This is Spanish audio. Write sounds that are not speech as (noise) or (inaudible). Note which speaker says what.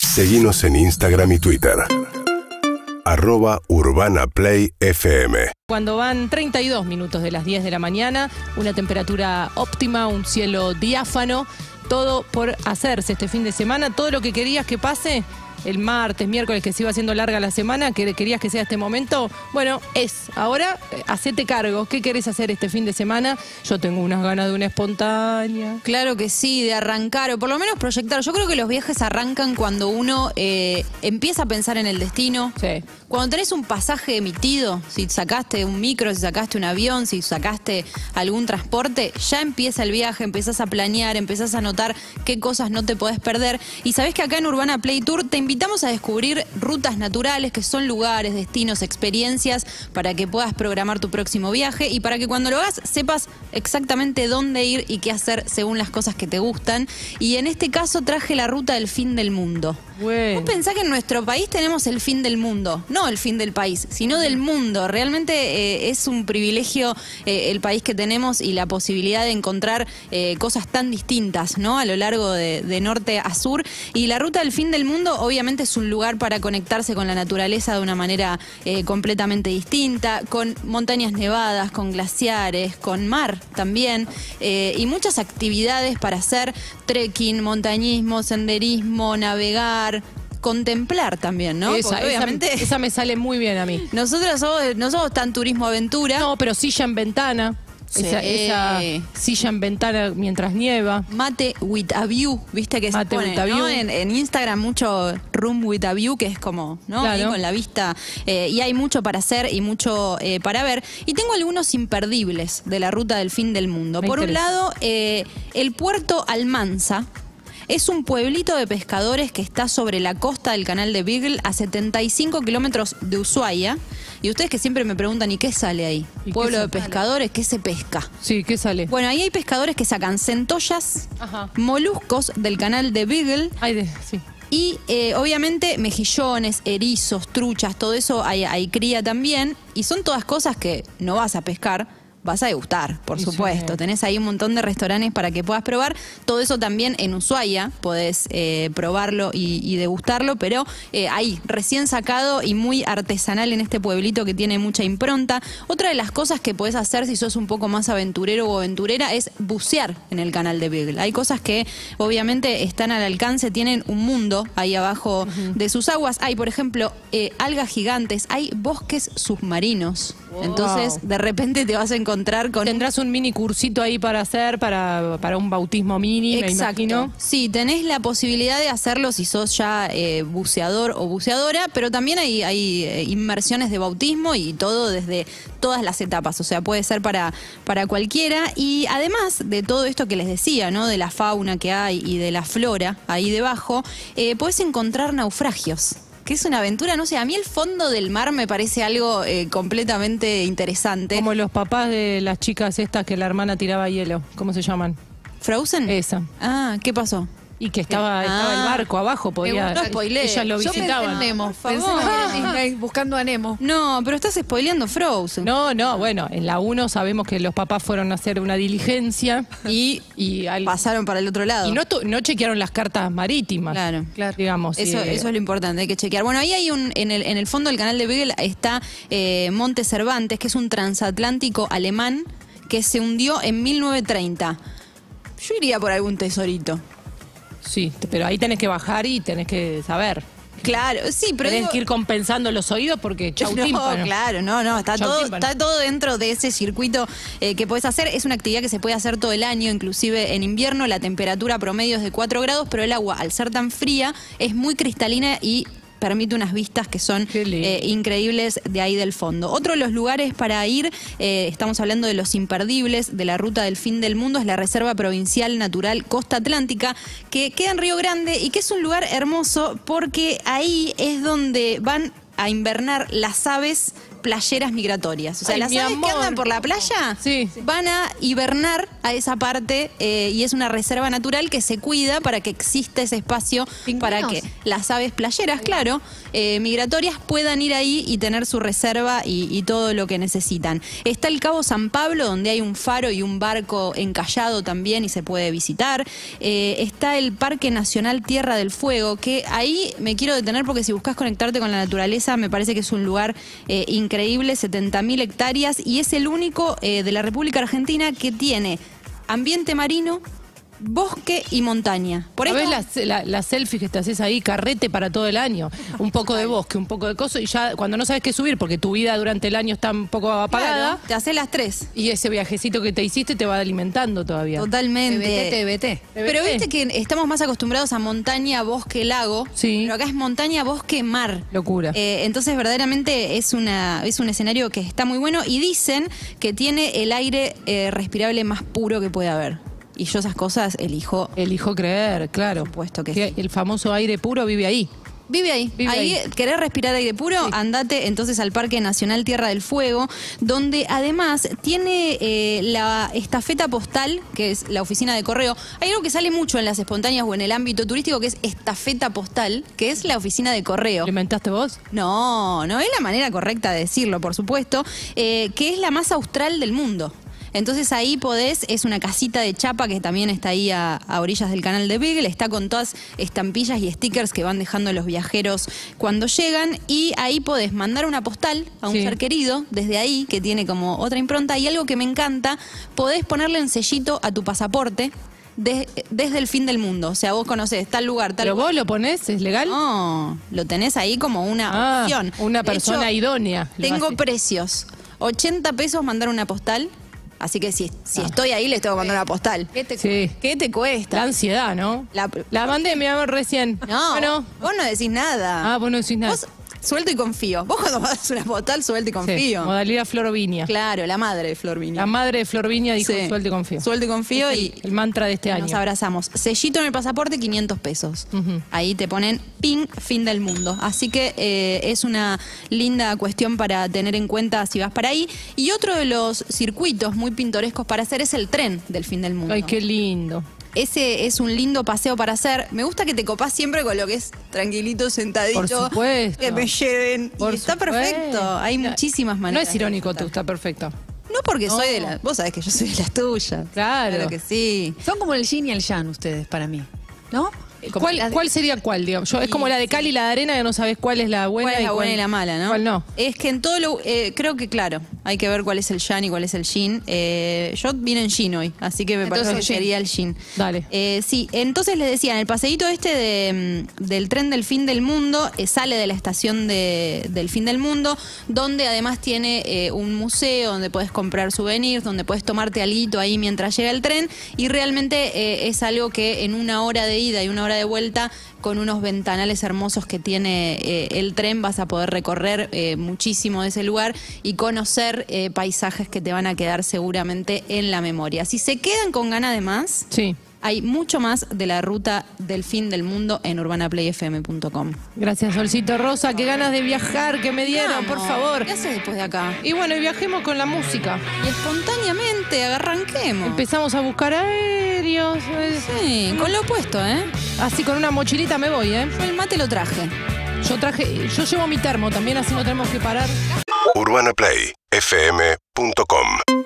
Speaker 1: Seguimos en Instagram y Twitter. Arroba Urbana Play FM.
Speaker 2: Cuando van 32 minutos de las 10 de la mañana, una temperatura óptima, un cielo diáfano, todo por hacerse este fin de semana, todo lo que querías que pase el martes, miércoles, que se iba haciendo larga la semana, que querías que sea este momento, bueno, es. Ahora, eh, hacete cargo. ¿Qué querés hacer este fin de semana? Yo tengo unas ganas de una espontánea.
Speaker 3: Claro que sí, de arrancar o por lo menos proyectar. Yo creo que los viajes arrancan cuando uno eh, empieza a pensar en el destino.
Speaker 2: Sí.
Speaker 3: Cuando tenés un pasaje emitido, si sacaste un micro, si sacaste un avión, si sacaste algún transporte, ya empieza el viaje, empezás a planear, empezás a notar qué cosas no te podés perder. Y sabés que acá en Urbana Play Tour te invitamos a descubrir rutas naturales, que son lugares, destinos, experiencias, para que puedas programar tu próximo viaje y para que cuando lo hagas sepas exactamente dónde ir y qué hacer según las cosas que te gustan. Y en este caso traje la ruta del fin del mundo.
Speaker 2: Bueno.
Speaker 3: Vos pensás que en nuestro país tenemos el fin del mundo, no el fin del país, sino del mundo. Realmente eh, es un privilegio eh, el país que tenemos y la posibilidad de encontrar eh, cosas tan distintas, ¿no? A lo largo de, de norte a sur. Y la ruta del fin del mundo, obviamente, es un lugar para conectarse con la naturaleza de una manera eh, completamente distinta, con montañas nevadas, con glaciares, con mar también, eh, y muchas actividades para hacer trekking, montañismo, senderismo, navegar, contemplar también, ¿no?
Speaker 2: Esa,
Speaker 3: Porque
Speaker 2: esa-
Speaker 3: obviamente (laughs)
Speaker 2: esa me sale muy bien a mí.
Speaker 3: nosotros somos- no somos tan turismo aventura.
Speaker 2: No, pero silla en ventana.
Speaker 3: Sí.
Speaker 2: Esa, esa silla en ventana mientras nieva.
Speaker 3: Mate with a view, viste que
Speaker 2: Mate
Speaker 3: se pone,
Speaker 2: with a
Speaker 3: ¿no?
Speaker 2: view.
Speaker 3: En, en Instagram mucho room with a view, que es como, ¿no? Ahí
Speaker 2: Claro.
Speaker 3: con la vista. Eh, y hay mucho para hacer y mucho eh, para ver. Y tengo algunos imperdibles de la ruta del fin del mundo.
Speaker 2: Me
Speaker 3: Por
Speaker 2: interesa.
Speaker 3: un lado, eh, el puerto Almanza. Es un pueblito de pescadores que está sobre la costa del canal de Beagle a 75 kilómetros de Ushuaia. Y ustedes que siempre me preguntan, ¿y qué sale ahí?
Speaker 2: ¿Y qué
Speaker 3: Pueblo de
Speaker 2: sale?
Speaker 3: pescadores, ¿qué se pesca?
Speaker 2: Sí, ¿qué sale?
Speaker 3: Bueno, ahí hay pescadores que sacan centollas,
Speaker 2: Ajá.
Speaker 3: moluscos del canal de Beagle
Speaker 2: Ay, de- sí.
Speaker 3: y eh, obviamente mejillones, erizos, truchas, todo eso hay, hay cría también. Y son todas cosas que no vas a pescar, vas a degustar, por
Speaker 2: Y sí.
Speaker 3: supuesto. Tenés ahí un montón de restaurantes para que puedas probar. Todo eso también en Ushuaia podés eh, probarlo y, y degustarlo, pero eh, ahí, recién sacado y muy artesanal en este pueblito que tiene mucha impronta. Otra de las cosas que podés hacer si sos un poco más aventurero o aventurera es bucear en el canal de Beagle. Hay cosas que obviamente están al alcance, tienen un mundo ahí abajo de sus aguas. Hay, por ejemplo, eh, algas gigantes, hay bosques submarinos.
Speaker 2: Wow.
Speaker 3: Entonces, de repente te vas a encontrar con un
Speaker 2: Tendrás un mini cursito ahí para hacer, para, para un bautismo mini, me imagino.
Speaker 3: Sí, tenés la posibilidad de hacerlo si sos ya eh, buceador o buceadora, pero también hay, hay eh, inmersiones de bautismo y todo desde todas las etapas, o sea, puede ser para, para cualquiera. Y además de todo esto que les decía, ¿no? De la fauna que hay y de la flora ahí debajo, eh, podés encontrar naufragios. Que es una aventura, no sé, a mí el fondo del mar me parece algo eh, completamente interesante.
Speaker 2: Como los papás de las chicas estas que la hermana tiraba hielo. ¿Cómo se llaman?
Speaker 3: ¿Frozen?
Speaker 2: Esa.
Speaker 3: Ah, ¿qué pasó?
Speaker 2: Y que estaba, estaba el
Speaker 3: Ah.
Speaker 2: barco abajo, podía.
Speaker 3: no spoileé.
Speaker 2: Ellas lo
Speaker 3: Yo
Speaker 4: Yo pensé en
Speaker 2: visitaban.
Speaker 4: Nemo,
Speaker 3: Por
Speaker 4: pensé
Speaker 3: favor.
Speaker 4: en Disney buscando a Nemo.
Speaker 3: No, pero estás spoileando Frozen.
Speaker 2: No, no, bueno, en la 1 sabemos que los papás fueron a hacer una diligencia y, y, al-
Speaker 3: Pasaron para el otro lado.
Speaker 2: y no, tu- no chequearon las cartas marítimas.
Speaker 3: Claro.
Speaker 2: Digamos.
Speaker 3: Eso,
Speaker 2: eh,
Speaker 3: eso es lo importante, hay que chequear. Bueno, ahí hay un, en el, en el fondo del canal de Beagle está eh, Monte Cervantes, que es un transatlántico alemán que se hundió en 1930. Yo iría por algún tesorito.
Speaker 2: Sí, t- pero ahí tenés que bajar y tenés que saber.
Speaker 3: Claro, sí, pero.
Speaker 2: tenés
Speaker 3: digo-
Speaker 2: que
Speaker 3: (laughs)
Speaker 2: ir compensando los oídos porque chau
Speaker 3: no,
Speaker 2: tímpano.
Speaker 3: claro, no, no, está
Speaker 2: Chau,
Speaker 3: todo,
Speaker 2: tímpano.
Speaker 3: está todo dentro de ese circuito eh, que podés hacer. Es una actividad que se puede hacer todo el año, inclusive en invierno. La temperatura promedio es de 4 grados, pero el agua, al ser tan fría, es muy cristalina y permite unas vistas que son
Speaker 2: Qué lindo.
Speaker 3: eh, increíbles de ahí del fondo. Otro de los lugares para ir, eh, estamos hablando de los imperdibles de la ruta del fin del mundo, es la Reserva Provincial Natural Costa Atlántica, que queda en Río Grande y que es un lugar hermoso porque ahí es donde van a invernar las aves playeras migratorias. O sea,
Speaker 2: Ay,
Speaker 3: las
Speaker 2: mi
Speaker 3: aves
Speaker 2: amor.
Speaker 3: que andan por la playa
Speaker 2: Sí.
Speaker 3: van a hibernar a esa parte eh, y es una reserva natural que se cuida para que exista ese espacio para que
Speaker 4: Pingüinos.
Speaker 3: las aves playeras, claro, eh, migratorias puedan ir ahí y tener su reserva y, y todo lo que necesitan. Está el Cabo San Pablo, donde hay un faro y un barco encallado también y se puede visitar. Eh, está el Parque Nacional Tierra del Fuego, que ahí me quiero detener porque si buscas conectarte con la naturaleza, me parece que es un lugar eh, increíble, 70.000 hectáreas, y es el único eh, de la República Argentina que tiene ambiente marino, bosque y montaña. Por
Speaker 2: ¿Sabés
Speaker 3: eso
Speaker 2: las, la- las selfies que te haces ahí, carrete para todo el año?
Speaker 3: (laughs)
Speaker 2: Un poco de bosque, un poco de coso, y ya cuando no sabes qué subir, porque tu vida durante el año está un poco apagada,
Speaker 3: Claro, te hace las tres.
Speaker 2: y ese viajecito que te hiciste te va alimentando todavía.
Speaker 3: Totalmente.
Speaker 4: TBT, TBT.
Speaker 3: Pero viste que estamos más acostumbrados a montaña, bosque, lago.
Speaker 2: Sí.
Speaker 3: Pero acá es montaña, bosque, mar.
Speaker 2: Locura.
Speaker 3: Eh, entonces, verdaderamente es, una, es un escenario que está muy bueno y dicen que tiene el aire eh, respirable más puro que puede haber. Y yo esas cosas elijo.
Speaker 2: Elijo creer, claro.
Speaker 3: Por supuesto que sí.
Speaker 2: El famoso aire puro vive ahí.
Speaker 3: Vive ahí.
Speaker 2: Vive
Speaker 3: ahí,
Speaker 2: ahí.
Speaker 3: querés respirar aire puro, andate entonces al Parque Nacional Tierra del Fuego, donde además tiene eh, la estafeta postal, que es la oficina de correo. Hay algo que sale mucho en las espontáneas o en el ámbito turístico, que es estafeta postal, que es la oficina de correo.
Speaker 2: ¿Lo inventaste vos?
Speaker 3: No, no es la manera correcta de decirlo, por supuesto, eh, que es la más austral del mundo. Entonces ahí podés, es una casita de chapa que también está ahí a, a orillas del canal de Beagle, está con todas estampillas y stickers que van dejando los viajeros cuando llegan y ahí podés mandar una postal a un
Speaker 2: Sí.
Speaker 3: ser querido desde ahí que tiene como otra impronta y algo que me encanta, podés ponerle un sellito a tu pasaporte de- desde el fin del mundo, o sea, vos conocés tal lugar, tal
Speaker 2: ¿Pero vos lo ponés? ¿Es legal?
Speaker 3: no, lo tenés ahí como una
Speaker 2: Ah,
Speaker 3: opción.
Speaker 2: una
Speaker 3: De
Speaker 2: persona
Speaker 3: hecho,
Speaker 2: idónea. lo
Speaker 3: Tengo
Speaker 2: hace.
Speaker 3: precios. 80 pesos mandar una postal. Así que si, si
Speaker 2: Ah.
Speaker 3: estoy ahí, les tengo que mandar una postal.
Speaker 4: ¿Qué te
Speaker 2: Sí.
Speaker 3: ¿Qué te
Speaker 2: La
Speaker 3: cuesta?
Speaker 2: ansiedad, ¿no?
Speaker 3: La-
Speaker 2: mandé, mi amor, recién.
Speaker 3: No,
Speaker 2: Bueno.
Speaker 3: vos no decís nada.
Speaker 2: Ah, vos no decís nada.
Speaker 3: Vos suelto y confío. Vos cuando mandas una postal, suelto
Speaker 2: Sí,
Speaker 3: y confío.
Speaker 2: modalidad Florvinia.
Speaker 3: claro, la madre de Flor Vigna.
Speaker 2: La madre de Florvinia dijo,
Speaker 3: Sí.
Speaker 2: suelte y confío.
Speaker 3: Suelto y confío y,
Speaker 2: El mantra de este año.
Speaker 3: Nos abrazamos. Sellito en el pasaporte, 500 pesos.
Speaker 2: Ujú.
Speaker 3: Ahí te ponen ping, fin del mundo. Así que eh, es una linda cuestión para tener en cuenta si vas para ahí. Y otro de los circuitos muy pintorescos para hacer es el tren del fin del mundo.
Speaker 2: Ay, qué lindo.
Speaker 3: Ese es un lindo paseo para hacer. Me gusta que te copás siempre con lo que es tranquilito, sentadito.
Speaker 2: Por supuesto.
Speaker 3: Que me lleven. Y
Speaker 2: Por
Speaker 3: está
Speaker 2: supuesto.
Speaker 3: perfecto. Hay
Speaker 2: No,
Speaker 3: muchísimas maneras.
Speaker 2: No es irónico
Speaker 3: de
Speaker 2: tú,
Speaker 3: disfrutar.
Speaker 2: está perfecto.
Speaker 3: No porque soy
Speaker 2: No.
Speaker 3: de las... Vos sabés que yo soy de las tuyas.
Speaker 2: Claro.
Speaker 3: Claro que sí.
Speaker 4: Son como el yin y el yang ustedes para mí, ¿no?
Speaker 3: Eh,
Speaker 4: Como
Speaker 2: ¿Cuál,
Speaker 4: las de-
Speaker 2: cuál sería cuál, digamos? Yo- es como la de Cali y la de Arena, que no sabes cuál es la buena,
Speaker 3: cuál es la
Speaker 2: y,
Speaker 3: buena y la mala, ¿no?
Speaker 2: ¿Cuál no?
Speaker 3: Es que en todo lo. eh, creo que, claro, hay que ver cuál es el yan y cuál es el yin. Eh, yo vine en yin hoy, así que me parece que
Speaker 2: Entonces, yin.
Speaker 3: sería el yin.
Speaker 2: Dale.
Speaker 3: Eh, sí, entonces les decía, en el paseíto este de, mm, del tren del fin del mundo, eh, sale de la estación de- del fin del mundo, donde además tiene eh, un museo donde puedes comprar souvenirs, donde puedes tomarte algo ahí mientras llega el tren, y realmente eh, es algo que en una hora de ida y una hora de vuelta, con unos ventanales hermosos que tiene eh, el tren, vas a poder recorrer eh, muchísimo de ese lugar y conocer eh, paisajes que te van a quedar seguramente en la memoria. Si se quedan con ganas de más...
Speaker 2: Sí.
Speaker 3: Hay mucho más de la ruta del fin del mundo en urbanaplayfm.com.
Speaker 2: Gracias, Solcito Rosa. Qué ganas de viajar que me dieron, por favor.
Speaker 3: ¿Qué haces después de acá?
Speaker 2: Y bueno, y viajemos con la música.
Speaker 3: Y espontáneamente arranquemos.
Speaker 2: Empezamos a buscar aéreos. eh,
Speaker 3: sí, con lo opuesto, ¿eh?
Speaker 2: Así con una mochilita me voy, ¿eh?
Speaker 3: Yo el mate lo traje.
Speaker 2: Yo traje, yo llevo mi termo también, así no tenemos que parar.
Speaker 1: UrbanaPlayFM.com